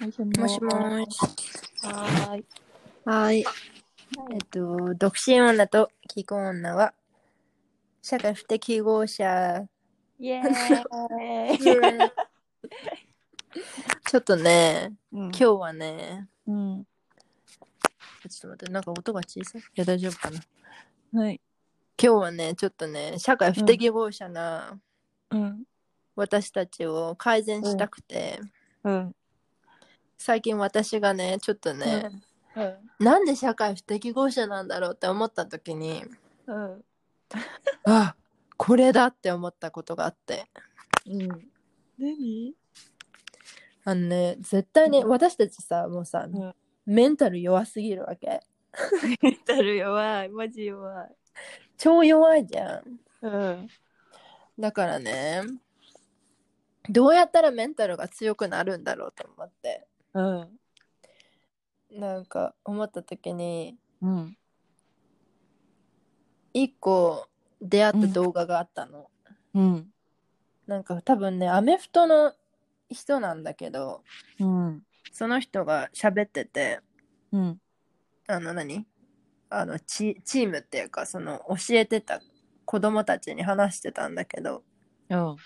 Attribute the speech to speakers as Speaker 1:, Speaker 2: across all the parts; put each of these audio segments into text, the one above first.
Speaker 1: もしも
Speaker 2: もしもーし。
Speaker 1: はーい。
Speaker 2: はい。えっと、独身女と既婚女は、社会不適合者。
Speaker 1: イエーイ。
Speaker 2: ちょっとね、
Speaker 1: 今
Speaker 2: 今日はね、
Speaker 1: うん。
Speaker 2: ちょっと待って、なんか音が小さい。いや、大丈夫かな。
Speaker 1: はい。
Speaker 2: 今日はね、ちょっとね、社会不適合者な
Speaker 1: うん。
Speaker 2: 私たちを改善したくて、
Speaker 1: うん。
Speaker 2: 最近私がね、ちょっとね、
Speaker 1: うん。
Speaker 2: なんで社会不適合者なんだろうって思った時に、
Speaker 1: うん。
Speaker 2: あこれだって思ったことがあって。
Speaker 1: うん。何
Speaker 2: あのね、絶対ね、
Speaker 1: うん
Speaker 2: 私たちさ、もうさ、
Speaker 1: うん
Speaker 2: メンタル弱すぎるわけ。
Speaker 1: メンタル弱い。マジ弱い。
Speaker 2: 超弱いじゃん。
Speaker 1: うん。
Speaker 2: だからね、どうやったらメンタルが強くなるんだろうと思って、
Speaker 1: うん。
Speaker 2: なんか思った時に、
Speaker 1: うん。
Speaker 2: 一個出会った動画があったの。
Speaker 1: うん。
Speaker 2: なんか多分ね、アメフトの人なんだけど、
Speaker 1: うん。
Speaker 2: その人が喋ってて、
Speaker 1: うん。
Speaker 2: あの何あのチチームっていうかその教えてた子供たちに話してたんだけど
Speaker 1: うん。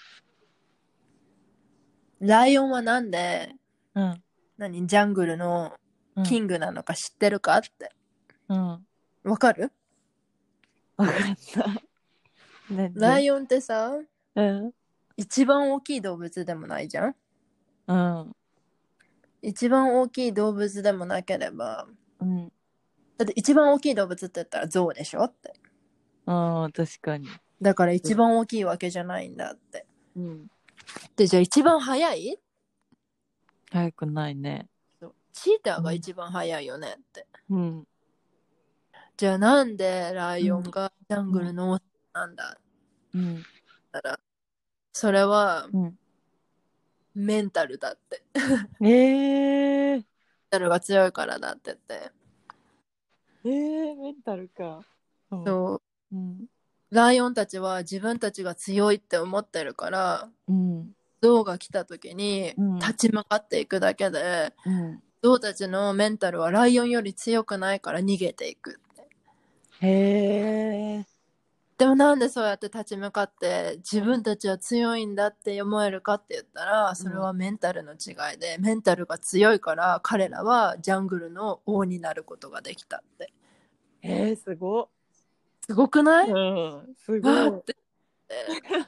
Speaker 2: ライオンはなんで
Speaker 1: うん。
Speaker 2: 何ジャングルのキングなのか知ってるかって
Speaker 1: うん。わ
Speaker 2: わかる
Speaker 1: かんない。
Speaker 2: ラ
Speaker 1: イ
Speaker 2: イオンってさ
Speaker 1: うん。
Speaker 2: 一番大きい動物でもないじゃん
Speaker 1: うん。
Speaker 2: 一番大きい動物でもなければ
Speaker 1: うん。
Speaker 2: だって一番大きい動物って言ったらゾウでしょって
Speaker 1: ああ、確かに。
Speaker 2: だから一番大きいわけじゃないんだって
Speaker 1: うん。
Speaker 2: でじゃあ一番速い
Speaker 1: 早くないね。
Speaker 2: チーターが一番速いよねって
Speaker 1: うん。
Speaker 2: じゃあなんでライオンがジャングルの王なんだっ
Speaker 1: うん。
Speaker 2: たら、それは
Speaker 1: うん。
Speaker 2: メンタルだって。メン
Speaker 1: ええー。
Speaker 2: タルが強いからだって言って。
Speaker 1: ええメンタルか。う。
Speaker 2: そ
Speaker 1: う
Speaker 2: う
Speaker 1: ん。
Speaker 2: ライオンたちは自分たちが強いって思ってるから、
Speaker 1: うん。
Speaker 2: ゾウが来た時に
Speaker 1: うん
Speaker 2: 立ち向かっていくだけで、
Speaker 1: うん。
Speaker 2: ゾウたちのメンタルはライオンより強くないから逃げていくって。
Speaker 1: へえ。
Speaker 2: でもなんでそうやって立ち向かって自分たちは強いんだって思えるかって言ったらそれはメンタルの違いで、メンタルが強いから彼らはジャングルの王になることができたって
Speaker 1: えー、すご。
Speaker 2: すごくない、
Speaker 1: うん。す
Speaker 2: わーっ。て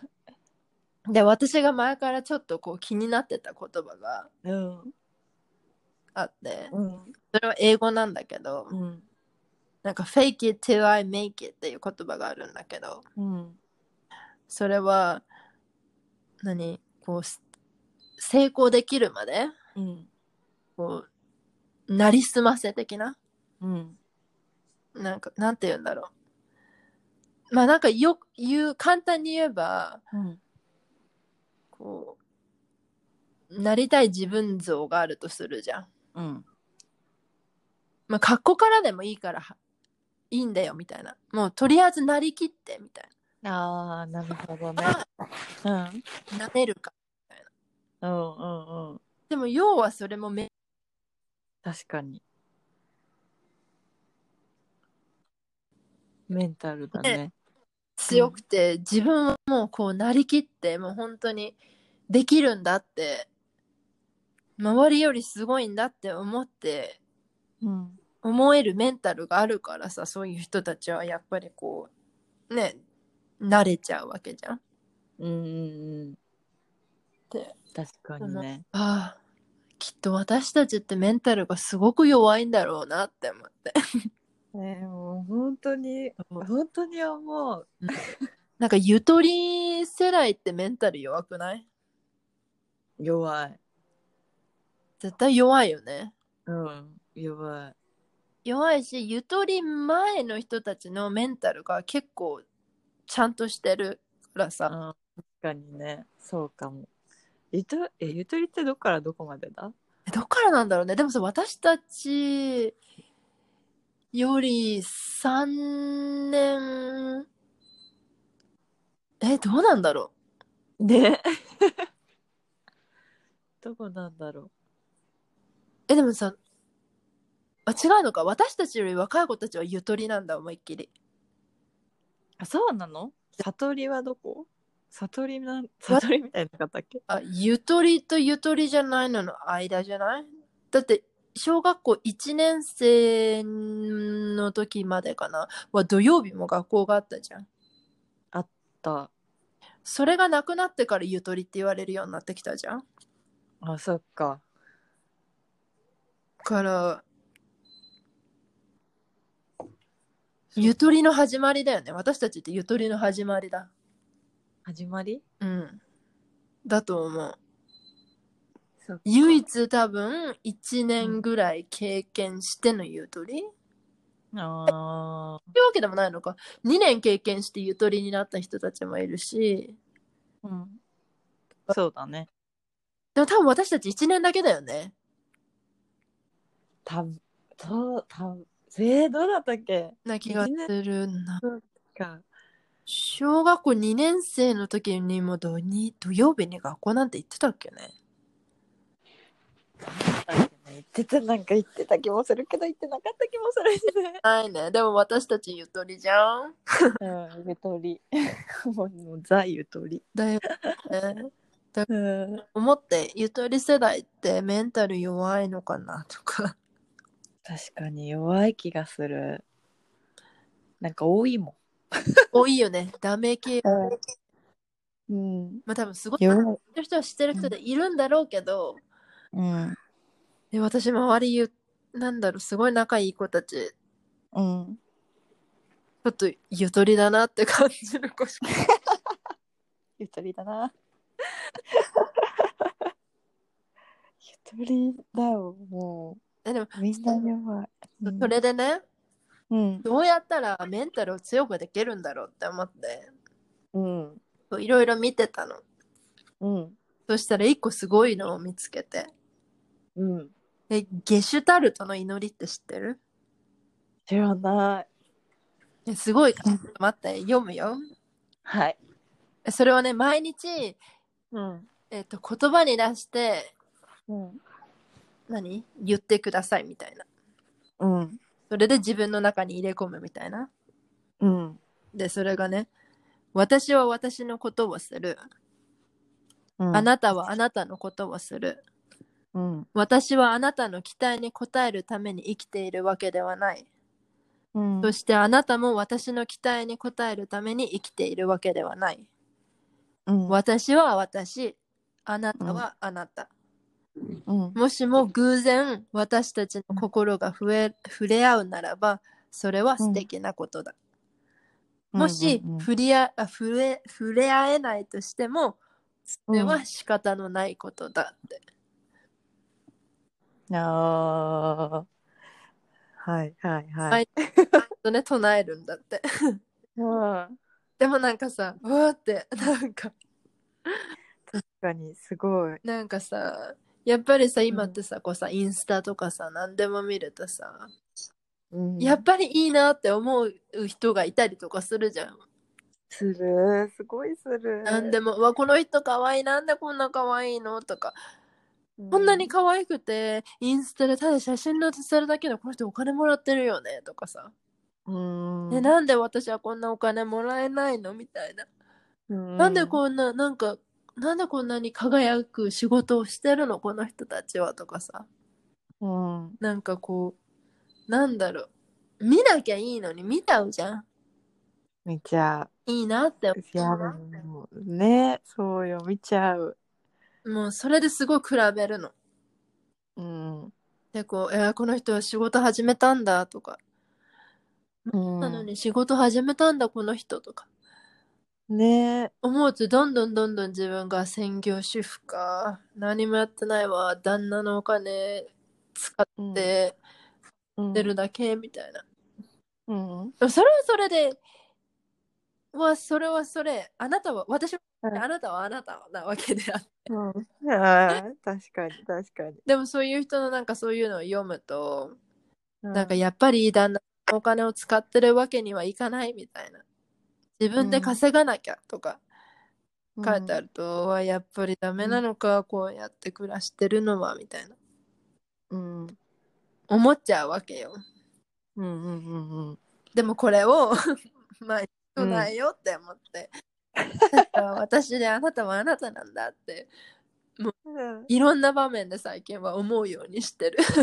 Speaker 2: で私が前からちょっとこう気になってた言葉が
Speaker 1: うん。
Speaker 2: あって
Speaker 1: うん。
Speaker 2: それは英語なんだけど、
Speaker 1: うん。
Speaker 2: なんか「fake it till I make it」っていう言葉があるんだけど
Speaker 1: うん。
Speaker 2: それは何こうす成功できるまで
Speaker 1: うん。
Speaker 2: こう、なりすませ的な
Speaker 1: うん。
Speaker 2: なんか、なんて言うんだろう。まあなんかよく言う、簡単に言えば、
Speaker 1: うん。
Speaker 2: こう、なりたい自分像があるとするじゃん。
Speaker 1: うん。
Speaker 2: まあ格好からでもいいから、はいいんだよみたいな。もうとりあえずなりきってみたい
Speaker 1: ああ、なるほどね。
Speaker 2: な。
Speaker 1: うん。
Speaker 2: なれるか。
Speaker 1: うん。うん。うん。
Speaker 2: でも要はそれもめ、
Speaker 1: 確かに。メンタルだね。
Speaker 2: 強くて、自分はもうこうなりきって、もう本当にできるんだって、周りよりすごいんだって思って
Speaker 1: うん。
Speaker 2: 思えるメンタルがあるからさそういう人たちはやっぱりこうね慣れちゃうわけじゃん。
Speaker 1: うん。うん。
Speaker 2: で
Speaker 1: 確かにね。
Speaker 2: ああきっと私たちってメンタルがすごく弱いんだろうなって思って。
Speaker 1: ねもう本当に、
Speaker 2: そう
Speaker 1: 本当に思う。
Speaker 2: なんかゆとり世代ってメンタル弱くない
Speaker 1: 弱い。
Speaker 2: 絶対弱いよね。
Speaker 1: うん。弱い。
Speaker 2: 弱いしゆとり前の人たちのメンタルが結構ちゃんとしてるからさ。
Speaker 1: あー確かにねそうかもゆとえゆとりってどっからどこまでだ
Speaker 2: えどっからなんだろうねでもさ私たちより3年えどうなんだろ
Speaker 1: ねどこなんだろ
Speaker 2: うえでもさあ違うのか私たちより若い子たちはゆとりなんだ思いっきり
Speaker 1: あそうなの悟りはどこ悟りな悟りみたいな方っけ
Speaker 2: あゆとりとゆとりじゃないのの間じゃないだって小学校1年生の時までかなは土曜日も学校があったじゃん
Speaker 1: だ
Speaker 2: それがなくなってからゆとりって言われるようになってきたじゃん
Speaker 1: あそっか
Speaker 2: からゆとりの始まりだよね私たちってゆとりの始まりだ
Speaker 1: 始まり
Speaker 2: うんだと思う
Speaker 1: そっか
Speaker 2: 唯一多分1年ぐらい経験してのゆとり、っ
Speaker 1: あ
Speaker 2: てわけでもないのか2年経験してゆとりになった人たちもいるし
Speaker 1: ーうんそうだね
Speaker 2: でも多分私たち1年だけだよね
Speaker 1: たぶそうたぶえー、どうだったっけ
Speaker 2: な気がするな
Speaker 1: か
Speaker 2: 小学校2年生の時にも土に土曜日に学校なんて行ってたっけね
Speaker 1: 言ってたなんか言ってた気もするけど言ってなかった気もするしね
Speaker 2: ないねでも私たちゆとりじゃん
Speaker 1: うんゆとりもうもうザゆとり
Speaker 2: だよね
Speaker 1: うん
Speaker 2: 思ってゆとり世代ってメンタル弱いのかなとか
Speaker 1: 確かに弱い気がするなんか多いも
Speaker 2: 多いよねダメ系
Speaker 1: んうん
Speaker 2: まあ多分すごい
Speaker 1: 弱い
Speaker 2: 知ってる人は知ってる人でいるんだろうけど、
Speaker 1: うん
Speaker 2: で私周りゆなんだろうすごい仲いい子たちち
Speaker 1: うん
Speaker 2: ょっとゆとりだなって感じる子しか
Speaker 1: ゆとりだなゆとりだよも
Speaker 2: えでも、
Speaker 1: うみんな弱い、うん
Speaker 2: それでね
Speaker 1: うん
Speaker 2: どうやったらメンタルを強くできるんだろうって思って
Speaker 1: うん
Speaker 2: こういろいろ見てたの
Speaker 1: うん
Speaker 2: そしたら一個すごいのを見つけて
Speaker 1: うん
Speaker 2: えゲシュタルトの祈りって知ってる
Speaker 1: 知らない
Speaker 2: えすごいからちょっと待って読むよ
Speaker 1: はい
Speaker 2: えそれをね毎日、
Speaker 1: うん
Speaker 2: えっと言葉に出して
Speaker 1: うん
Speaker 2: 何言ってくださいみたいな
Speaker 1: うん
Speaker 2: それで自分の中に入れ込むみたいな
Speaker 1: うん
Speaker 2: でそれがね私は私のことをする、
Speaker 1: うん
Speaker 2: あなたはあなたのことをする
Speaker 1: うん
Speaker 2: 私はあなたの期待に応えるために生きているわけではない、
Speaker 1: うん
Speaker 2: そしてあなたも私の期待に応えるために生きているわけではない
Speaker 1: うん
Speaker 2: 私は私あなたはあなた、
Speaker 1: うん
Speaker 2: もしも偶然私たちの心が触れ触れ合うならばそれは素敵なことだ、もし
Speaker 1: うんうん
Speaker 2: 触りああ触れ触れ合えないとしてもそれは仕方のないことだって、
Speaker 1: うんあーはいはいはい、
Speaker 2: はいとね唱えるんだって
Speaker 1: うん
Speaker 2: でもなんかさうわーってなんか
Speaker 1: 確かにすごい。
Speaker 2: なんかさやっぱりさ今ってさ、こうさインスタとかさ何でも見るとさ、
Speaker 1: うん
Speaker 2: やっぱりいいなって思う人がいたりとかするじゃん、
Speaker 1: するすごいする。
Speaker 2: なんでもうわこの人かわいいなんでこんなかわいいのとかこんなに可愛くてインスタでただ写真載せるだけでこの人お金もらってるよねとかさ、
Speaker 1: うん。
Speaker 2: えなんで私はこんなお金もらえないのみたいな、
Speaker 1: うん
Speaker 2: なんでこんななんかなんでこんなに輝く仕事をしてるのこの人たちはとかさ
Speaker 1: うん。
Speaker 2: なんかこうなんだろう見なきゃいいのに見ちゃうじゃん
Speaker 1: 見ちゃ
Speaker 2: いいなって
Speaker 1: う。いやでもねそうよ見ちゃう。
Speaker 2: もうそれですごい比べるの
Speaker 1: うん。
Speaker 2: でこう、えーこの人は仕事始めたんだとか、
Speaker 1: うん、
Speaker 2: なのに仕事始めたんだこの人とか
Speaker 1: ね
Speaker 2: 思うとどんどんどんどん自分が専業主婦か何もやってないわ旦那のお金使っ
Speaker 1: うん
Speaker 2: て
Speaker 1: うん
Speaker 2: 出るだけみたいな、
Speaker 1: うん。うん
Speaker 2: でもそれはそれではそれはそれあなたは私は
Speaker 1: うん
Speaker 2: あなたはあなたはなわけであって
Speaker 1: あー確かに確かに。
Speaker 2: でもそういう人のなんかそういうのを読むと、
Speaker 1: う
Speaker 2: なんかやっぱり旦那のお金を使ってるわけにはいかないみたいな自分で稼がなきゃとか、書いてあ
Speaker 1: る。
Speaker 2: ると、はやっぱりダメなのか、こうやって暮らしてるのはみたいなうん、思っちゃうわけよ。
Speaker 1: うんうんうんうん。
Speaker 2: でもこれを まあ人ないよって思って、だから私であなたはあなたなんだって
Speaker 1: うん、
Speaker 2: いろんな場面で最近は思うようにしてる
Speaker 1: す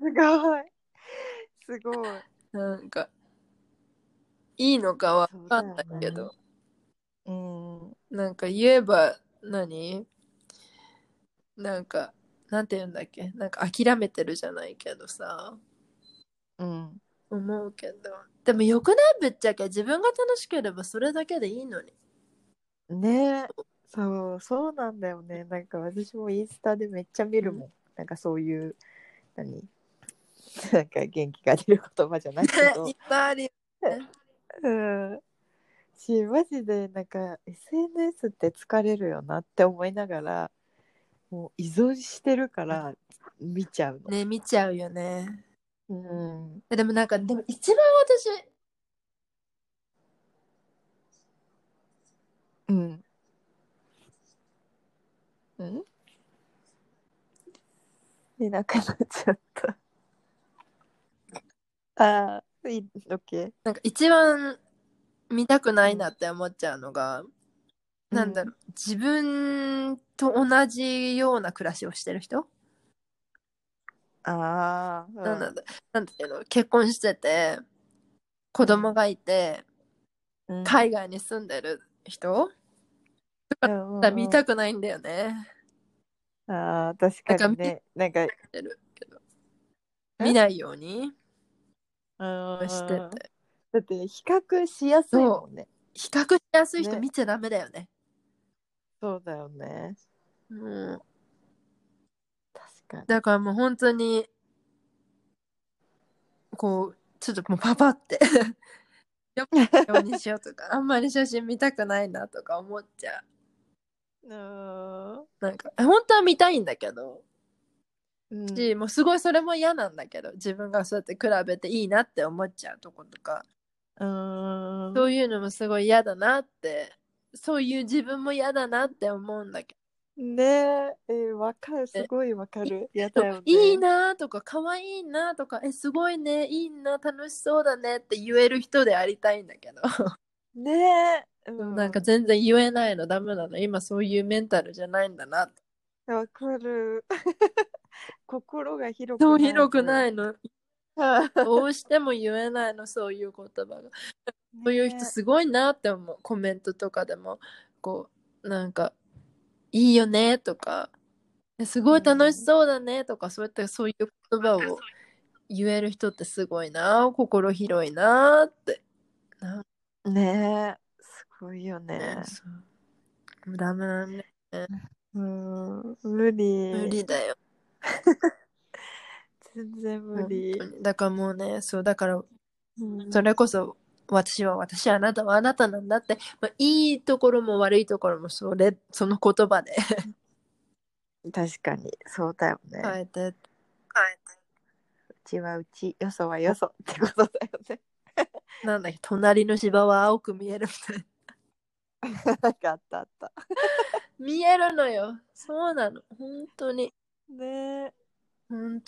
Speaker 1: ごい。すごい。
Speaker 2: なんかいいのかは分かんないけど、
Speaker 1: うん。
Speaker 2: なんか言えば何なんかなんて言うんだっけなんか諦めてるじゃないけどさ
Speaker 1: うん。
Speaker 2: 思うけどでもよくないぶっちゃけ自分が楽しければそれだけでいいのに
Speaker 1: ねそう、そうなんだよね。なんか私もインスタでめっちゃ見るもん。なんかそういう、何 なんか元気が出る言葉じゃないけど
Speaker 2: いっ。ぱいあるよ
Speaker 1: うん。し、マジでなんか SNS って疲れるよなって思いながら、もう依存してるから見ちゃうの。
Speaker 2: ね見ちゃうよね
Speaker 1: うん。
Speaker 2: でもなんかでも一番私
Speaker 1: うん。うんいなくなっちゃった。 ああ、いい、オッケー。
Speaker 2: なんか一番見たくないなって思っちゃうのが、なんだろう自分と同じような暮らしをしてる人、
Speaker 1: ああ、
Speaker 2: なんだなんだけど結婚してて子供がいて、
Speaker 1: うん、
Speaker 2: 海外に住んでる
Speaker 1: う
Speaker 2: 人、
Speaker 1: ん、
Speaker 2: だから見たくないんだよね、
Speaker 1: うんああ、確かにね。なんか、
Speaker 2: してるけど
Speaker 1: え
Speaker 2: 見ないように
Speaker 1: うん
Speaker 2: してて
Speaker 1: だって比較しやすいもんね。
Speaker 2: 比較しやすい人
Speaker 1: ね
Speaker 2: 見ちゃダメだよね
Speaker 1: そうだよね。
Speaker 2: もう
Speaker 1: 確か
Speaker 2: だからもう本当にこうちょっともうパパって やっ ぱようにしようとかあんまり写真見たくないなとか思っちゃ
Speaker 1: に。う
Speaker 2: うなんか本当は見たいんだけど、
Speaker 1: ん。
Speaker 2: しもうすごいそれも嫌なんだけど自分がそうやって比べていいなって思っちゃうとことか
Speaker 1: うん。
Speaker 2: そういうのもすごい嫌だなってそういう自分も嫌だなって思うんだけ
Speaker 1: ねえ、えーわかる、すごいわかる。や
Speaker 2: ど、
Speaker 1: だよね。
Speaker 2: いいなとか可愛いなとかえすごいねいいな楽しそうだねって言える人でありたいんだけど
Speaker 1: ねえ、
Speaker 2: で
Speaker 1: う
Speaker 2: もなんか全然言えないのダメなの今そういうメンタルじゃないんだなって
Speaker 1: わかる。 心が広く
Speaker 2: そう
Speaker 1: ない。。
Speaker 2: 広くないいの
Speaker 1: そ
Speaker 2: どうしても言えないのそういう言葉がそういう人すごいなって思うコメントとかでもこうなんか「いいよね」とか「えすごい楽しそうだね」とかそうやってそういう言葉を言える人ってすごいな心広いなって、
Speaker 1: ねえ、すごいよね。
Speaker 2: そうダメなんだよ
Speaker 1: うん、無理。
Speaker 2: 無理だよ
Speaker 1: 全然無理。
Speaker 2: 本当にだからもうねそうだから
Speaker 1: うん
Speaker 2: それこそ私は私あなたはあなたなんだって、まあ、いいところも悪いところもそれその言葉で
Speaker 1: 確かに、そうだよね。
Speaker 2: 変えて
Speaker 1: うちはうち、よそはよそってことだよね。
Speaker 2: なんだっけ隣の芝は青く見えるみたいな
Speaker 1: なんかあったあった。
Speaker 2: 見えるのよそうなの本当に
Speaker 1: ねえ、
Speaker 2: 本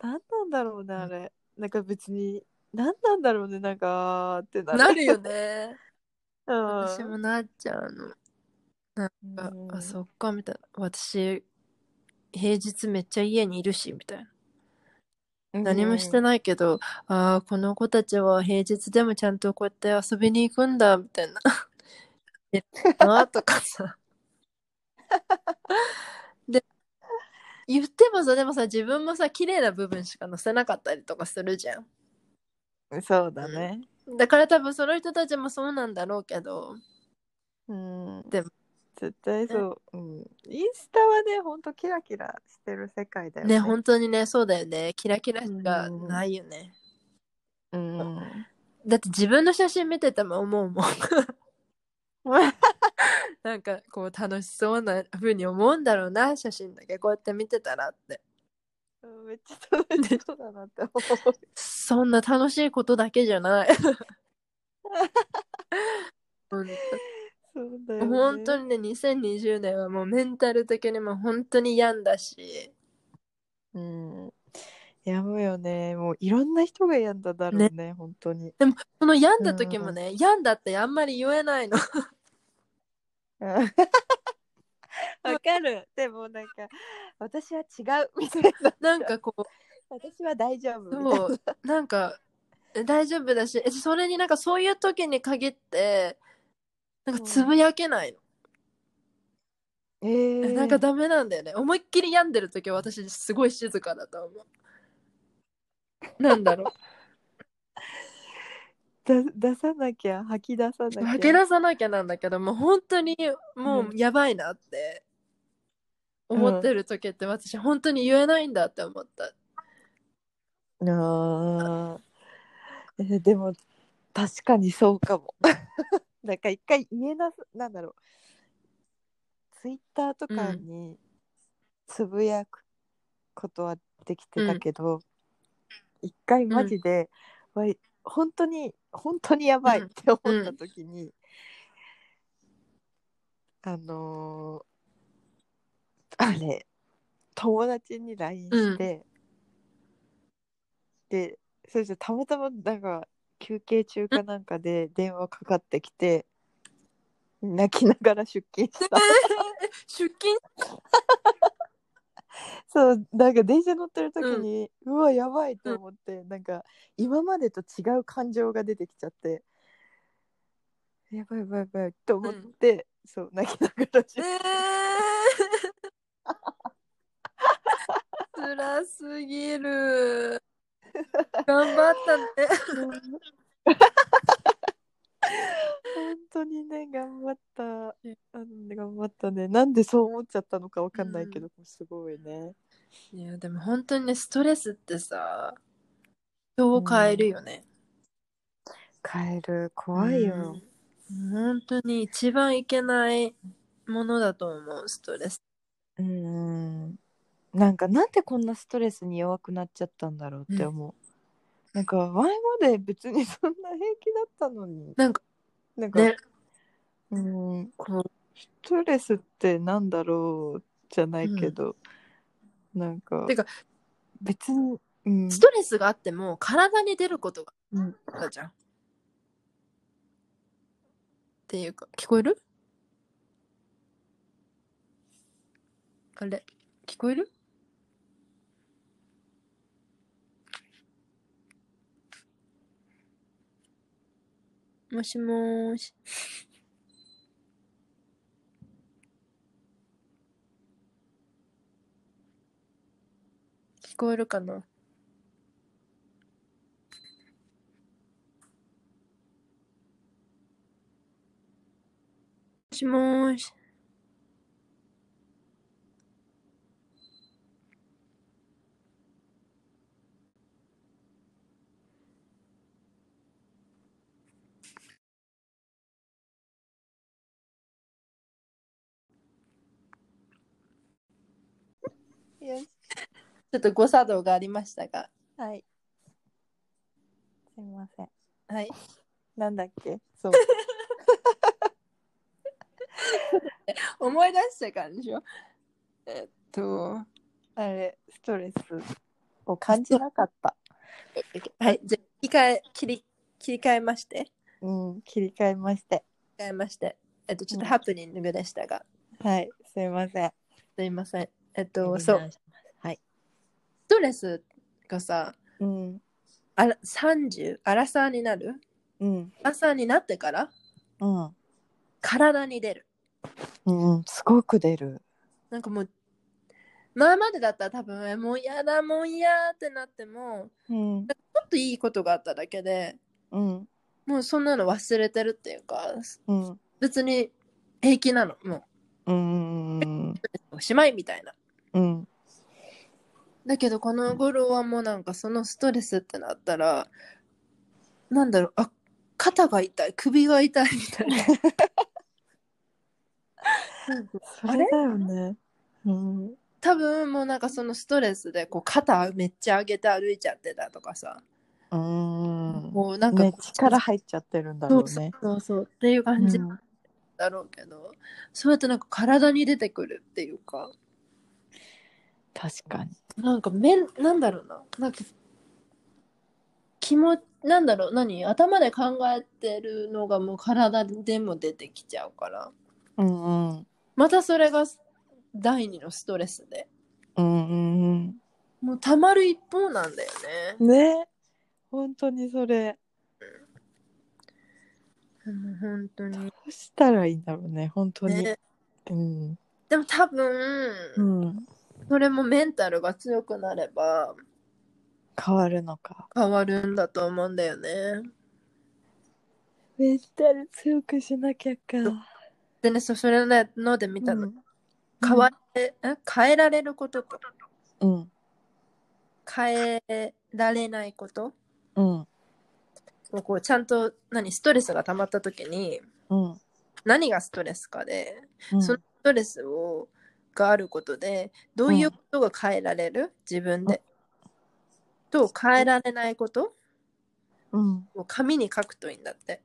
Speaker 1: なんなんだろうね、あれ。なんか別に、なんなんだろうね、なんか、ってな
Speaker 2: 当なるよね
Speaker 1: うん
Speaker 2: 私もなっちゃうのあ,、
Speaker 1: うん
Speaker 2: あそっかみたいな私平日めっちゃ家にいるしみたいな何もして
Speaker 1: い。
Speaker 2: ないけど、ああこの子たちは平日でもちゃんとこうやって遊びに行くんだみたいな えなとかさで言ってもさでもさ自分もさ綺麗な部分しか載せなかったりとかするじゃん
Speaker 1: そうだね。
Speaker 2: だから多分その人たちもそうなんだろうけど
Speaker 1: うん
Speaker 2: でも
Speaker 1: 絶対そう、うん、インスタはねほんとキラキラしてる世界だよ
Speaker 2: ね本当にねそうだよねキラキラしか
Speaker 1: うん
Speaker 2: ないよね、
Speaker 1: うん、
Speaker 2: だって自分の写真見てても思うもんなんかこう楽しそうな風に思うんだろうな写真だけこうやって見てたらって
Speaker 1: めっちゃ楽しそうだなって思う
Speaker 2: そんな楽しいことだけじゃ ない本
Speaker 1: そうだよ、ね、
Speaker 2: 当本当にね2020年はもうメンタル的にも本当に病んだし
Speaker 1: うんやむよね。もういろんな人が病んだだろうね、本当 に。
Speaker 2: その病んだ時もね、病んだってあんまり言え ないの。
Speaker 1: うんわかる。でもなんか、私は違うみたいな。
Speaker 2: なんかこう、
Speaker 1: 私は大丈夫みたいな。
Speaker 2: そうなんかえ大丈夫だしえそれになんかそういう時に限ってなんかつぶやけないの、
Speaker 1: え
Speaker 2: え
Speaker 1: ー、
Speaker 2: なんかダメなんだよね思いっきり病んでる時は私すごい静かだと思うなんだろ
Speaker 1: だ出さなきゃ吐き出さなき
Speaker 2: う
Speaker 1: ゃ
Speaker 2: 吐き出さ なきゃなんだけどもう本当にも
Speaker 1: う
Speaker 2: うやばいなって思ってる時って私本当に言えないんだって思った、
Speaker 1: あーえでも確かにそうかも なんか一回言えなすなんだろうツイッターとかにつぶやくことはできてたけど、一回マジで、わい本当に本当にやばいって思った時に、あのーあれ友達に LINE して、でそれじゃたまたまなんか休憩中かなんかで電話かかってきて泣きながら出勤 した
Speaker 2: 出勤
Speaker 1: そうなんか電車乗ってる時に、うわやばいと思って、なんか今までと違う感情が出てきちゃってやばいやばいやばいと思って、そう泣きながら出
Speaker 2: え
Speaker 1: 勤
Speaker 2: ー、辛すぎる。頑張ったね。
Speaker 1: 本当にね頑張ったあのね頑張ったねなんでそう思っちゃったのかわかんないけど、すごいね
Speaker 2: いやでも本当にねストレスってさ人を変えるよね。
Speaker 1: 変える怖いよ、
Speaker 2: うん。本当に一番いけないものだと思うストレス。
Speaker 1: うーんなんかなんでこんなストレスに弱くなっちゃったんだろうって思う、なんか前まで別にそんな平気だったのに
Speaker 2: なんか
Speaker 1: なんか、
Speaker 2: ね
Speaker 1: うーん
Speaker 2: こ
Speaker 1: ストレスってなんだろうじゃないけど、なんか
Speaker 2: てか
Speaker 1: 別に、うん
Speaker 2: う、ストレスがあっても体に出ることが
Speaker 1: うん
Speaker 2: あったじゃん。っていうか聞こえるあれ聞こえるもしもーし。 聞こえるかなもしもーし。
Speaker 1: よし
Speaker 2: ちょっと誤作動がありましたが。
Speaker 1: はいすいません
Speaker 2: はい。
Speaker 1: なんだっけそう
Speaker 2: 思い出した感じよ。えっと。
Speaker 1: あれストレスを感じなかった
Speaker 2: はい、じゃあ切り替え切り切り替えまして、
Speaker 1: うん切り替えまして
Speaker 2: 切り替えまして、えっとちょっ
Speaker 1: う
Speaker 2: と
Speaker 1: ん
Speaker 2: ハプニングでしたが、
Speaker 1: はいすいません
Speaker 2: すいません。えっとそうス
Speaker 1: はい
Speaker 2: トレスがさ、
Speaker 1: うん
Speaker 2: あら三十アラサーになる、
Speaker 1: うん
Speaker 2: アラサーになってから
Speaker 1: うん
Speaker 2: 体に出る。
Speaker 1: うん、すごく出る。
Speaker 2: なんかもう前までだったら多分えもう嫌だもう嫌ってなっても、
Speaker 1: うん、
Speaker 2: ちょっといいことがあっただけで、
Speaker 1: うん、
Speaker 2: もうそんなの忘れてるっていうか、
Speaker 1: うん、
Speaker 2: 別に平気なの、も
Speaker 1: うん、
Speaker 2: うおしまいみたいな。
Speaker 1: うん、
Speaker 2: だけどこの頃はもうなんかそのストレスってなったらなんだろうあ肩が痛い首が痛いみたい ななんか
Speaker 1: それだよね。うん、
Speaker 2: 多分もうなんかそのストレスでこう肩めっちゃ上げて歩いちゃってたとかさ、
Speaker 1: うん、
Speaker 2: もうなんか
Speaker 1: ね、力入っちゃってるんだ
Speaker 2: そ
Speaker 1: ろう
Speaker 2: う
Speaker 1: ね。
Speaker 2: そうそうっていう感じ
Speaker 1: うん
Speaker 2: だろうけど、そうやってなんか体に出てくるっていうか
Speaker 1: 確かに。
Speaker 2: なんかめんなんだろうななんか気持なんだろう何頭で考えてるのがもう体でも出てきちゃうから
Speaker 1: うんうん。
Speaker 2: またそれが第二のストレスで
Speaker 1: うんうん
Speaker 2: もうたまる一方なんだよ
Speaker 1: う
Speaker 2: ね
Speaker 1: ん。ね本当にそれ。
Speaker 2: うん本当
Speaker 1: ど
Speaker 2: に、
Speaker 1: うしたらいいんだろうね、本当に。
Speaker 2: ね、
Speaker 1: うん。
Speaker 2: でも多分、
Speaker 1: うん。
Speaker 2: それもメンタルが強くなれば
Speaker 1: 変わるのか。
Speaker 2: 変わるんだと思うんだよね
Speaker 1: メンタル強くしなきゃか。
Speaker 2: でねそそれねので見たの、
Speaker 1: うん
Speaker 2: 変われえ変えられることと
Speaker 1: うん。
Speaker 2: 変えられないこと
Speaker 1: うん。
Speaker 2: こうちゃんと何ストレスが溜まった時に
Speaker 1: うん。
Speaker 2: 何がストレスかで、
Speaker 1: うん
Speaker 2: そのストレスをがあることでどういうことが変えられる、自分で、と変えられないこと
Speaker 1: うん。
Speaker 2: を紙に書くといいんだって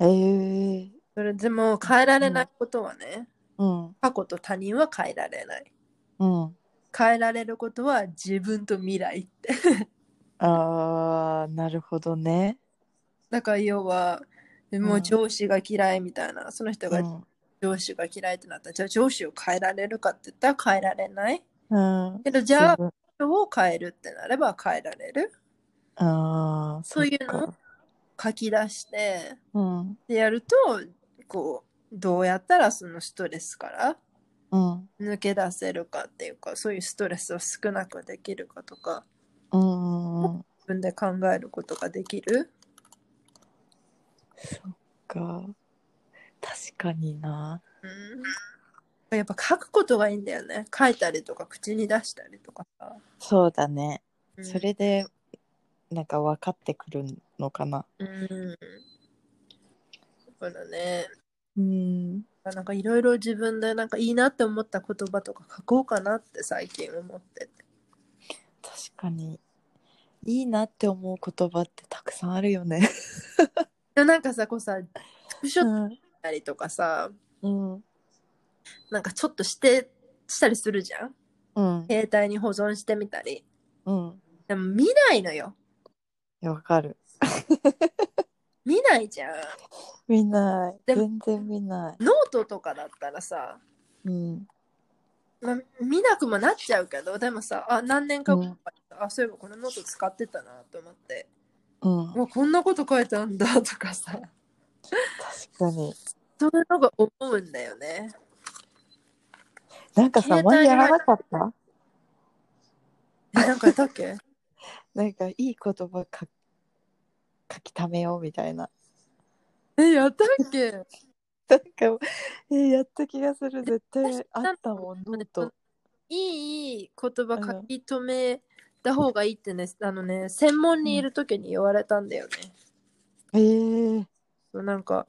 Speaker 1: ええ
Speaker 2: それでも変えられないことはね、
Speaker 1: うん。
Speaker 2: 過去と他人は変えられない
Speaker 1: うん。
Speaker 2: 変えられることは自分と未来って
Speaker 1: ああ、なるほどね。
Speaker 2: だから要はも
Speaker 1: う
Speaker 2: うん上司が嫌いみたいな、その人
Speaker 1: う
Speaker 2: が
Speaker 1: ん。
Speaker 2: 上司が嫌いってなったら、じゃあ上司を変えられるかって言ったら変えられない
Speaker 1: うん。
Speaker 2: けどじゃあ
Speaker 1: 自分
Speaker 2: 人を変えるってなれば変えられる
Speaker 1: ああ、
Speaker 2: そういうの
Speaker 1: そっか
Speaker 2: 書き出して
Speaker 1: うん。
Speaker 2: でやるとこうどうやったらそのストレスから
Speaker 1: うん。
Speaker 2: 抜け出せるかっていうかそういうストレスを少なくできるかとか
Speaker 1: うん。うん。
Speaker 2: 自分で考えることができる
Speaker 1: そっか。確かにな。
Speaker 2: うん、やっぱ書くことがいいんだよね書いたりとか口に出したりとかさ、
Speaker 1: そうだね。
Speaker 2: うん
Speaker 1: それで、なんか分かってくるのかな。
Speaker 2: うんだからね
Speaker 1: うん。
Speaker 2: なんかいろいろ自分でなんかいいなって思った言葉とか書こうかなって最近思ってて
Speaker 1: 確かに。いいなって思う言葉ってたくさんあるよね。
Speaker 2: でもなんかさこうさスクショ撮っ
Speaker 1: ん。
Speaker 2: たりとかさ、
Speaker 1: うん。
Speaker 2: なんかちょっとしてしたりするじゃん
Speaker 1: うん。
Speaker 2: 携帯に保存してみたり
Speaker 1: うん。
Speaker 2: でも見ないのよ
Speaker 1: いやわかる。
Speaker 2: 見ないじゃん
Speaker 1: 見ない。
Speaker 2: でも
Speaker 1: 全然見な
Speaker 2: ノートとかだったらさ、
Speaker 1: い。うん。
Speaker 2: まあ、見なくもなっちゃうけどでもさあ何年か後
Speaker 1: うん
Speaker 2: かにさあそういえばこのノート使ってたなと思って
Speaker 1: うん。
Speaker 2: もうこんなこと書いてあんだとかさ
Speaker 1: 確かに。
Speaker 2: そういうのが思うんだよね
Speaker 1: なんかさ、
Speaker 2: 携帯
Speaker 1: 前
Speaker 2: に
Speaker 1: やらなかった
Speaker 2: えなんかやったっけ
Speaker 1: なんかいい言葉か書き溜めようみたいな。
Speaker 2: えやったっけ
Speaker 1: なんか、えーやった気がする。絶対あったもん、ノート。
Speaker 2: いい言葉書き留めた方がいいってね、あのね専門にいる時に言われたんだよね、
Speaker 1: えー、
Speaker 2: そうなんか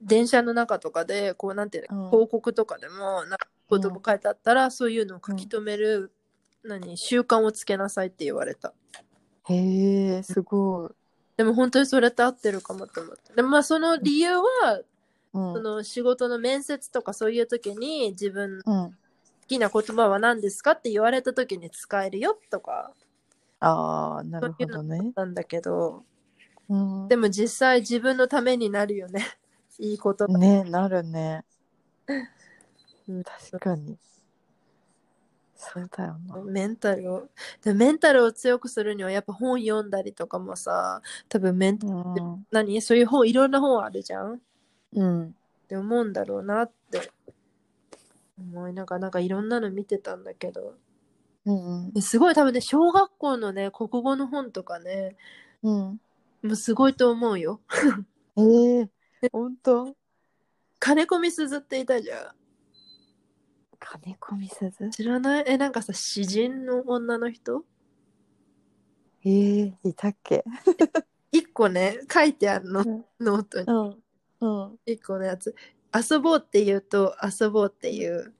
Speaker 2: 電車の中とかでこうなんていうの、
Speaker 1: うん
Speaker 2: 広告とかでもなんか言葉書いてあったら、そういうのを書き留める、何習慣をつけなさいって言われた
Speaker 1: えー、すごい。
Speaker 2: でも本当にそれって合ってるかもと思ってでもまあその理由は、
Speaker 1: うん。
Speaker 2: その仕事の面接とかそういう時に自分の
Speaker 1: うん、
Speaker 2: 好きな言葉は何ですかって言われた時に使えるよとか
Speaker 1: ああ、なるほどね。
Speaker 2: なんだけど
Speaker 1: うん
Speaker 2: で、も実際自分のためになるよね いい言葉、
Speaker 1: ね、なるね。
Speaker 2: うん
Speaker 1: 確かに。そうだよな。
Speaker 2: メンタルをでメンタルを強くするにはやっぱ本読んだりとかもさ多分メン
Speaker 1: うん。
Speaker 2: 何そういう本いろんな本あるじゃんっ
Speaker 1: うん。
Speaker 2: て思うんだろうなって思いながらなんかいろんなの見てたんだけど
Speaker 1: うん。
Speaker 2: ですごい多分ね小学校のね国語の本とかね
Speaker 1: うん。
Speaker 2: もうすごいと思うよ
Speaker 1: えー、本当
Speaker 2: 金子みすずっていたじゃ
Speaker 1: 金子みすず
Speaker 2: ん知らないえなんかさ詩人の女の人
Speaker 1: えー、いたっけ
Speaker 2: 一個ね書いてあるの
Speaker 1: うん
Speaker 2: ノートに
Speaker 1: うん。うん。
Speaker 2: 一個のやつ遊ぼうって言うと遊ぼうっていう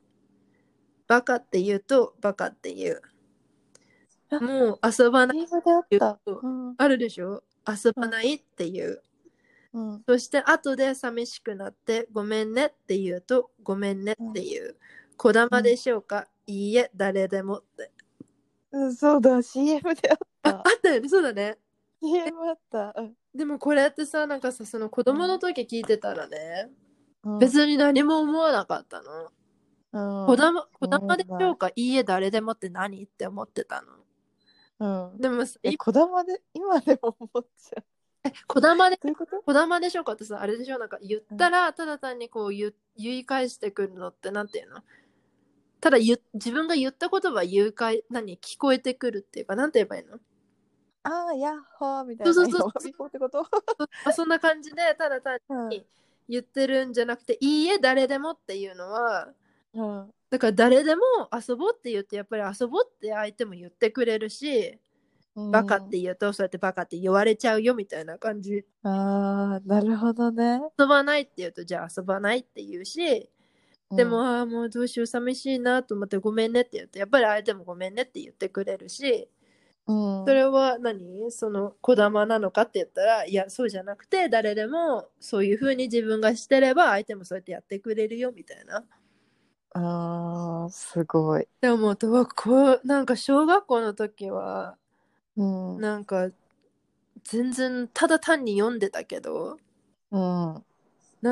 Speaker 2: バカって言うとバカっていう
Speaker 1: あ
Speaker 2: もう遊ばない
Speaker 1: 英語であった。
Speaker 2: そう
Speaker 1: うん。
Speaker 2: あるでしょ遊ばないっていう
Speaker 1: うん。
Speaker 2: そして後で寂しくなってごめんねって言うとごめんねっていうこだまでしょうか、いいえ、誰でもって。
Speaker 1: うん、そうだ CM であっ
Speaker 2: あ
Speaker 1: た、
Speaker 2: あったよね、そうだね。
Speaker 1: CM あった、うん
Speaker 2: でもこれってさ、なんかさ、その子供の時聞いてたらね、
Speaker 1: うん、
Speaker 2: 別に何も思わなかったの。
Speaker 1: うん、
Speaker 2: こだま、こだまでし
Speaker 1: そうなんだ
Speaker 2: ょうか、いいえ、誰でもって何って思ってたの。
Speaker 1: うん、
Speaker 2: でもさ、
Speaker 1: え
Speaker 2: い
Speaker 1: こだまで今でも思っちゃう
Speaker 2: えこだまで、
Speaker 1: どういうこと
Speaker 2: こだまでしょうかってさ、あれでしょ、なんか言ったら、ただ単にこう言う言い返してくるのって、なんていうのただ言う自分が言ったことは言うかい、何、聞こえてくるっていうか、なんて言えばいいの
Speaker 1: ああヤッホーみたいな
Speaker 2: そうそうそう
Speaker 1: 今ピンポンってこと
Speaker 2: まあそんな感じで、ただ単
Speaker 1: うん
Speaker 2: に言ってるんじゃなくて、いいえ、誰でもっていうのは、
Speaker 1: うん
Speaker 2: だから誰でも遊ぼうって言って、やっぱり遊ぼうって相手も言ってくれるし、
Speaker 1: うん
Speaker 2: バカって言うと、そうやってバカって言われちゃうよみたいな感じ。
Speaker 1: ああなるほどね
Speaker 2: 遊ばないって言うと、じゃあ遊ばないって言うし、でも、、ああ、もうどうしよう、寂しいなと思って、ごめんねって言うと、やっぱり相手もごめんねって言ってくれるし、
Speaker 1: うんうん、
Speaker 2: それは何その、こだまなのかって言ったら、いや、そうじゃなくて、誰でもそういう風に自分がしてれば、相手もそうやってやってくれるよみたいな。
Speaker 1: あーすごい、
Speaker 2: でも、うわこう、なんか小学校の時は、
Speaker 1: うんうん、
Speaker 2: なんか、全然、ただ単に読んでたけど、な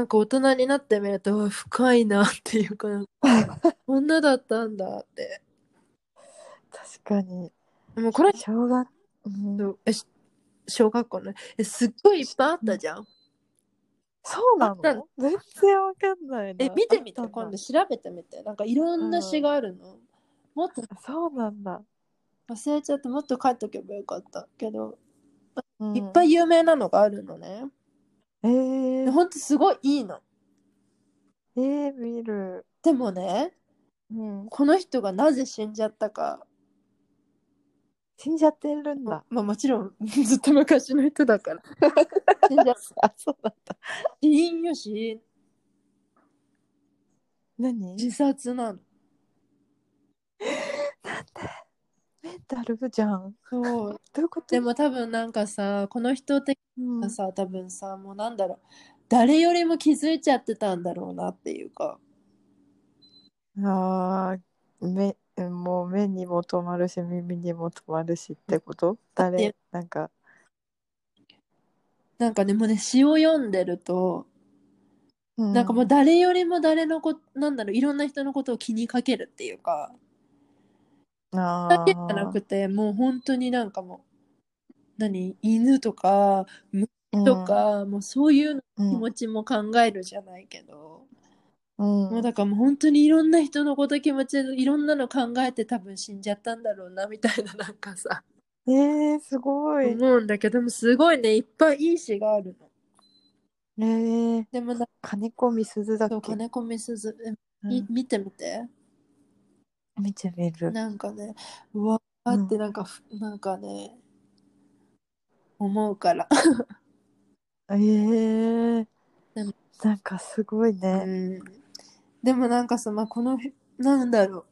Speaker 2: んか大人になってみるとうわ深いなっていうか 女だったんだって
Speaker 1: 確かに
Speaker 2: もうこれ
Speaker 1: 小学、うん、
Speaker 2: えし小学校のえすっごいいっぱいあったじゃん
Speaker 1: そうなの
Speaker 2: あったの
Speaker 1: 全然わかんないな
Speaker 2: え見てみて
Speaker 1: あったんだ
Speaker 2: 今度調べてみてなんかいろんな詩があるの、もっと
Speaker 1: そうなんだ、
Speaker 2: 忘れちゃってもっと書いとけばよかったけど、
Speaker 1: うん
Speaker 2: いっぱい有名なのがあるのね
Speaker 1: えー、
Speaker 2: ほんとすごいいいの
Speaker 1: えー、見る、
Speaker 2: でもね
Speaker 1: うん、
Speaker 2: この人がなぜ死んじゃったか
Speaker 1: 死んじゃってるんだ
Speaker 2: まあもちろん ずっと昔の人だから 死んじゃった
Speaker 1: あそうなんだ
Speaker 2: 死因よ死因
Speaker 1: 何
Speaker 2: 自殺なの
Speaker 1: メンタルじゃん
Speaker 2: そう
Speaker 1: どういうこと
Speaker 2: でも多分なんかさこの人的
Speaker 1: うん
Speaker 2: なさ多分さもうなんだろう誰よりも気づいちゃってたんだろうなっていうか
Speaker 1: ああ、目、もう目にも止まるし、耳にも止まるしってこと誰、なんか、
Speaker 2: なんかねもうね詩を読んでると、
Speaker 1: うん
Speaker 2: なんかもう誰よりも誰のこなんだろういろんな人のことを気にかけるっていうかだ
Speaker 1: あ
Speaker 2: けじゃなくてもう本当になんかもう何犬とか虫
Speaker 1: ー
Speaker 2: と、か、もうそういう
Speaker 1: うん
Speaker 2: 気持ちも考えるじゃないけど、
Speaker 1: うん
Speaker 2: もうだからもう本当にいろんな人のこと気持ちいろんなの考えて多分死んじゃったんだろうなみたいななんかさ
Speaker 1: えー、すごい。
Speaker 2: 思うんだけどでもすごいねいっぱいいい詩があるの。
Speaker 1: えー、
Speaker 2: でもなん
Speaker 1: 金子みすずだっ
Speaker 2: か
Speaker 1: け
Speaker 2: 金子みすず、え
Speaker 1: う
Speaker 2: み
Speaker 1: ん
Speaker 2: 見てみて
Speaker 1: 見てみる。
Speaker 2: なんかねうわーってなんか、ふなんかね思うから、
Speaker 1: えー
Speaker 2: でも、
Speaker 1: なんかすごいね。
Speaker 2: でもなんかさ、まあ、このなんだろう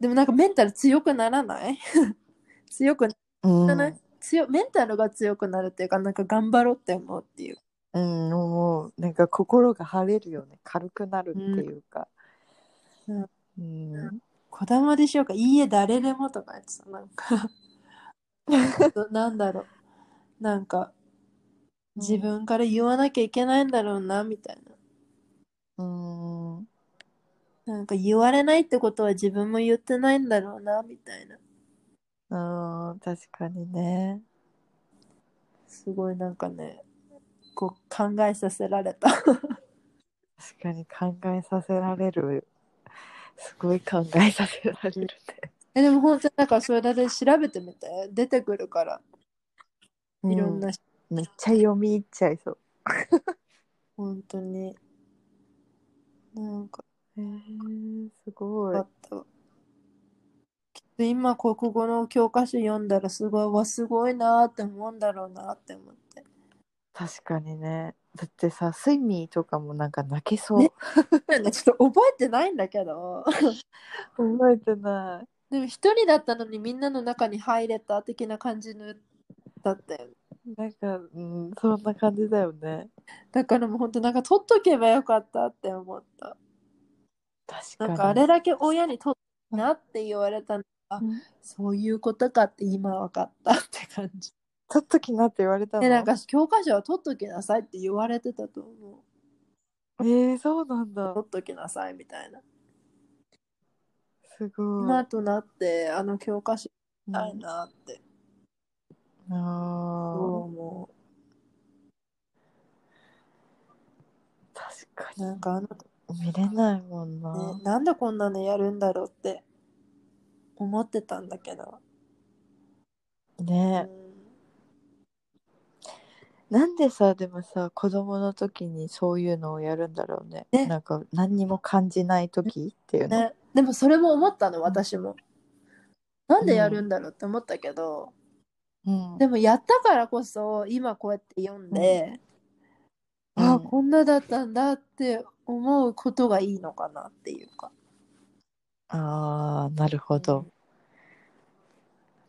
Speaker 2: でもなんかメンタル強くならない 強く
Speaker 1: うん、
Speaker 2: ならない、強メンタルが強くなるっていうかなんか頑張ろうって思うっていう
Speaker 1: うん、もう、なんか心が晴れるよね。軽くなるっていうか。
Speaker 2: うん
Speaker 1: うん。
Speaker 2: こだまでしようかいいえ誰でもとかやつなんか どなんだろうなんか自分から言わなきゃいけないんだろうなみたい
Speaker 1: うん。
Speaker 2: ななんか言われないってことは自分も言ってないんだろうなみたいな
Speaker 1: うん、確かにね。
Speaker 2: すごいなんかねこう考えさせられた
Speaker 1: 確かに考えさせられる。すごい考えさせられるね。
Speaker 2: えでも本当にだからそれで調べてみて出てくるからいろんな、
Speaker 1: うん。めっちゃ読み入っちゃいそう。
Speaker 2: 本当になんか
Speaker 1: へえすごい
Speaker 2: よか。ったわきっと今国語の教科書読んだらすごいわすごいなーって思うんだろうなって思 って
Speaker 1: 確かにね。だってさ、スイミーとかもなんか泣けそう。
Speaker 2: ねちょっと覚えてないんだけど
Speaker 1: 覚えてない。
Speaker 2: でも一人だったのにみんなの中に入れた的な感じのだったよね
Speaker 1: なんか、うん、そんな感じだよね。
Speaker 2: だからもうほんとなんか取っとけばよかったって思った
Speaker 1: 確かに
Speaker 2: なんかあれだけ親にとってなって言われたのが、
Speaker 1: うん
Speaker 2: そういうことかって今分かったって感 じ。
Speaker 1: 取っときなって言われたの
Speaker 2: でなんか教科書は取っときなさいって言われてたと思
Speaker 1: えー、そうなん
Speaker 2: う。
Speaker 1: だ
Speaker 2: 取っときなさいみたいな。
Speaker 1: すごい、
Speaker 2: 今となってあの教科書
Speaker 1: う
Speaker 2: 見
Speaker 1: ん
Speaker 2: たいなって
Speaker 1: あー
Speaker 2: 思
Speaker 1: 確か
Speaker 2: う。なんかあの
Speaker 1: に見れないもんな、
Speaker 2: ね、なんでこんなのやるんだろうって思ってたんだけど。う
Speaker 1: ね
Speaker 2: ん
Speaker 1: なんでさでもさ子供の時にそういうのをやるんだろうね
Speaker 2: ね
Speaker 1: なんか何にも感じない時っていうの、
Speaker 2: ね、でもそれも思ったの私も。なんでやるんだろうって思ったけど、
Speaker 1: うん、
Speaker 2: でもやったからこそ今こうやって読んで、
Speaker 1: うん
Speaker 2: あ
Speaker 1: う
Speaker 2: あ
Speaker 1: ん
Speaker 2: こんなだったんだって思うことがいいのかなっていうか。
Speaker 1: あーなるほど、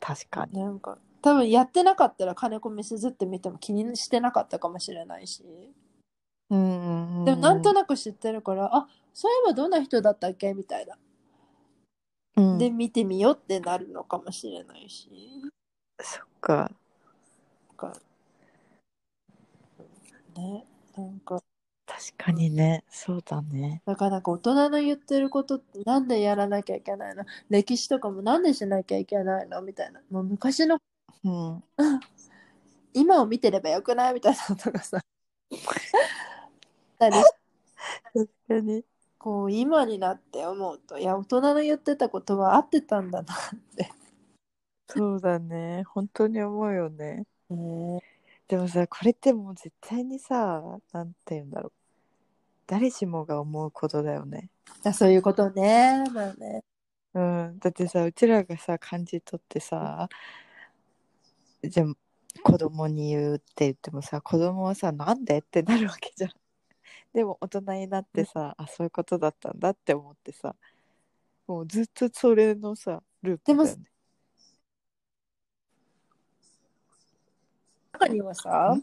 Speaker 1: 確かに
Speaker 2: なんか多分やってなかったら金子みすずって見ても気にしてなかったかもしれないし
Speaker 1: うん
Speaker 2: でもなんとなく知ってるから、あそういえばどんな人だったっけみたいな、
Speaker 1: うん
Speaker 2: で見てみようってなるのかもしれないし
Speaker 1: そっか
Speaker 2: なんかねなんか
Speaker 1: 確かにねそうだね
Speaker 2: なかなか大人の言ってることってなんでやらなきゃいけないの歴史とかもなんでしなきゃいけないのみたいなもう昔の
Speaker 1: うん
Speaker 2: 今を見てればよくないみたいなことが さたりして
Speaker 1: 確かに
Speaker 2: こう今になって思うといや大人の言ってたことは合ってたんだなって。
Speaker 1: そうだね本当に思うよね
Speaker 2: ね
Speaker 1: でもさこれってもう絶対にさなんて言うんだろう誰しもが思うことだよね
Speaker 2: あそういうことね。まあね。
Speaker 1: うんだってさうちらがさ感じ取ってさじゃあ子供に言うって言ってもさ子供はさなんでってなるわけじゃんでも大人になってさ、あそういうことだったんだって思ってさもうずっとそれのさループだよね
Speaker 2: 中にはさ、
Speaker 1: うん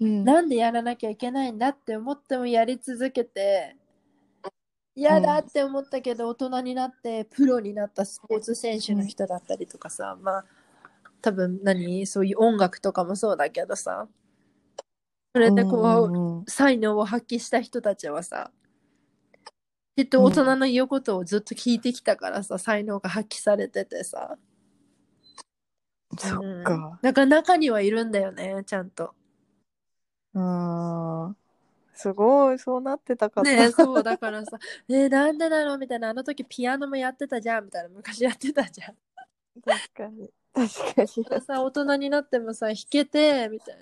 Speaker 2: なんでやらなきゃいけないんだって思ってもやり続けて、嫌だって思ったけど、大人になってプロになったスポーツ選手の人だったりとかさ、まあ、多分何そういう音楽とかもそうだけどさ、それでこう、
Speaker 1: うんうん
Speaker 2: 才能を発揮した人たちはさきっと大人の言うことをずっと聞いてきたからさ、才能が発揮されててさ
Speaker 1: そっ
Speaker 2: うん
Speaker 1: か、
Speaker 2: だから中にはいるんだよねちゃんと
Speaker 1: うん、すごいそうなってたかった、
Speaker 2: ねえそうだからさ 「えなんでだろう?」みたいな「あの時ピアノもやってたじゃん」みたいな昔やってたじゃん
Speaker 1: 確かに確かに
Speaker 2: それさ大人になってもさ弾けてみたい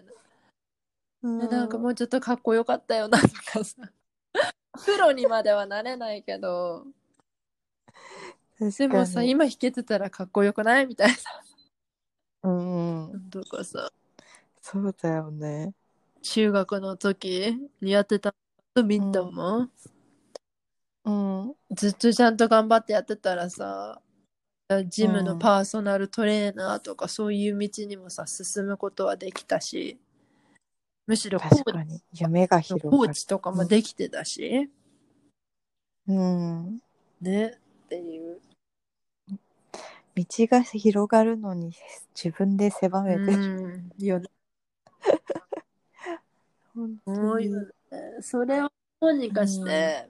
Speaker 2: な、
Speaker 1: う
Speaker 2: でなんかもうちょっとかっこよかったよなとかさ プロにまではなれないけどで
Speaker 1: 確か
Speaker 2: も
Speaker 1: に
Speaker 2: さ今弾けてたらかっこよくないみたい
Speaker 1: うんう
Speaker 2: なんとかさ
Speaker 1: そうだよね
Speaker 2: 中学の時にやってたとみんなも、
Speaker 1: うん
Speaker 2: ずっとちゃんと頑張ってやってたらさジムのパーソナルトレーナーとかそういう道にもさ進むことはできたしむしろコ
Speaker 1: 確
Speaker 2: ー
Speaker 1: かに夢が
Speaker 2: チの
Speaker 1: 広
Speaker 2: コ
Speaker 1: が
Speaker 2: ー
Speaker 1: る
Speaker 2: チとかもできてたし、
Speaker 1: うん
Speaker 2: ねっていう
Speaker 1: 道が広がるのに自分で狭めてる、
Speaker 2: うんよね
Speaker 1: 本当に
Speaker 2: それをどうにかして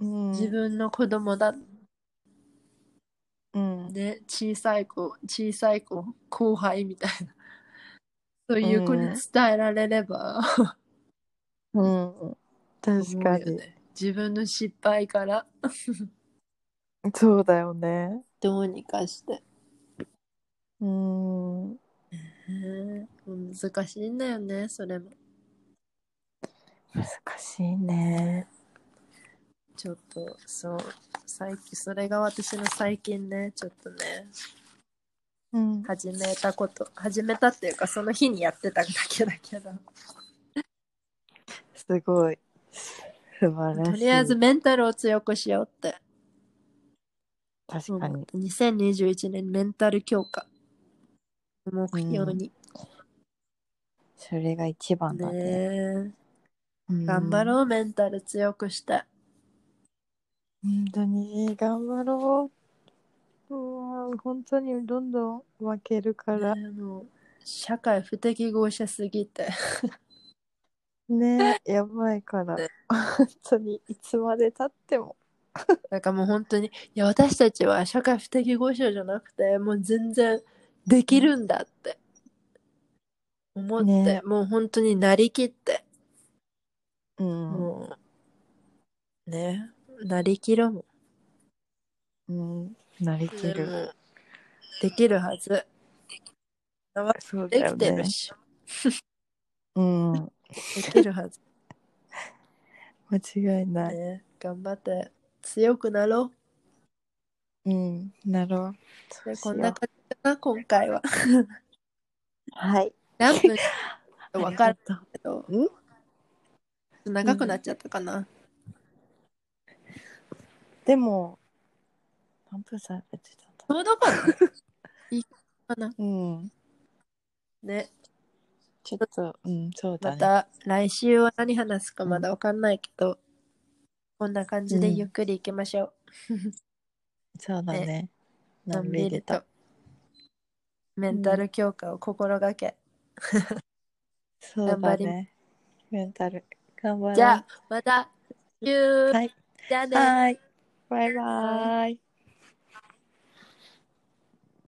Speaker 1: うん
Speaker 2: 自分の子供だっ
Speaker 1: うん
Speaker 2: ね、小さい子小さい子後輩みたいなそういう子に伝えられれば、
Speaker 1: うん確か
Speaker 2: 思うよ
Speaker 1: に、
Speaker 2: ね自分の失敗から
Speaker 1: そうだよね
Speaker 2: どうにかして、
Speaker 1: うん
Speaker 2: 難しいんだよねそれも
Speaker 1: 難しいね
Speaker 2: ちょっとそう最近それが私の最近ねちょっとね
Speaker 1: うん
Speaker 2: 始めたこと始めたっていうかその日にやってただけだけど
Speaker 1: すごい素晴らしい
Speaker 2: とりあえずメンタルを強くしようって
Speaker 1: 確かに、
Speaker 2: 2021年メンタル強化目標に、
Speaker 1: それが一番だね
Speaker 2: ねえ
Speaker 1: うん
Speaker 2: 頑張ろう、メンタル強くして。
Speaker 1: 本当に頑張ろう。うわ本当にどんどん負けるか
Speaker 2: ね
Speaker 1: ら。
Speaker 2: もう社会不適合者すぎて
Speaker 1: ねやばいから。
Speaker 2: ね
Speaker 1: 本当にいつまで経っても。
Speaker 2: なんかもう本当にいや私たちは社会不適合者じゃなくてもう全然できるんだって思って、
Speaker 1: ね
Speaker 2: もう本当になりきって、
Speaker 1: うん。
Speaker 2: もうねなりきろうもん
Speaker 1: うん、なりき
Speaker 2: で
Speaker 1: る。
Speaker 2: もできるはず
Speaker 1: そう
Speaker 2: で
Speaker 1: だよ
Speaker 2: きて
Speaker 1: ね
Speaker 2: る。し、
Speaker 1: うん。
Speaker 2: できるはず
Speaker 1: 間違いない。
Speaker 2: ね頑張って強くなろ
Speaker 1: うん。なろ
Speaker 2: う
Speaker 1: う。
Speaker 2: でこんな感じかな今回は
Speaker 1: はい。
Speaker 2: 何分分かる
Speaker 1: た。
Speaker 2: け ど
Speaker 1: ん
Speaker 2: 長くなっちゃったかな、
Speaker 1: でも、何分されてたんだ。
Speaker 2: ちょうどかないいかな
Speaker 1: うん。
Speaker 2: ね
Speaker 1: ちょっと、うん、そうだ
Speaker 2: ま
Speaker 1: ね。
Speaker 2: た来週は何話すか
Speaker 1: うん
Speaker 2: まだ分かんないけど、こんな感じでゆっくりいきましょう、
Speaker 1: そうだね。
Speaker 2: の
Speaker 1: 何
Speaker 2: ん
Speaker 1: んび
Speaker 2: び
Speaker 1: り
Speaker 2: り
Speaker 1: と
Speaker 2: と。メンタル強化を心がけ、
Speaker 1: そうだ
Speaker 2: 頑張
Speaker 1: ね。メンタル。頑張ろう。
Speaker 2: じゃあまた来週
Speaker 1: はい。
Speaker 2: じゃあね
Speaker 1: はい。バイバイ。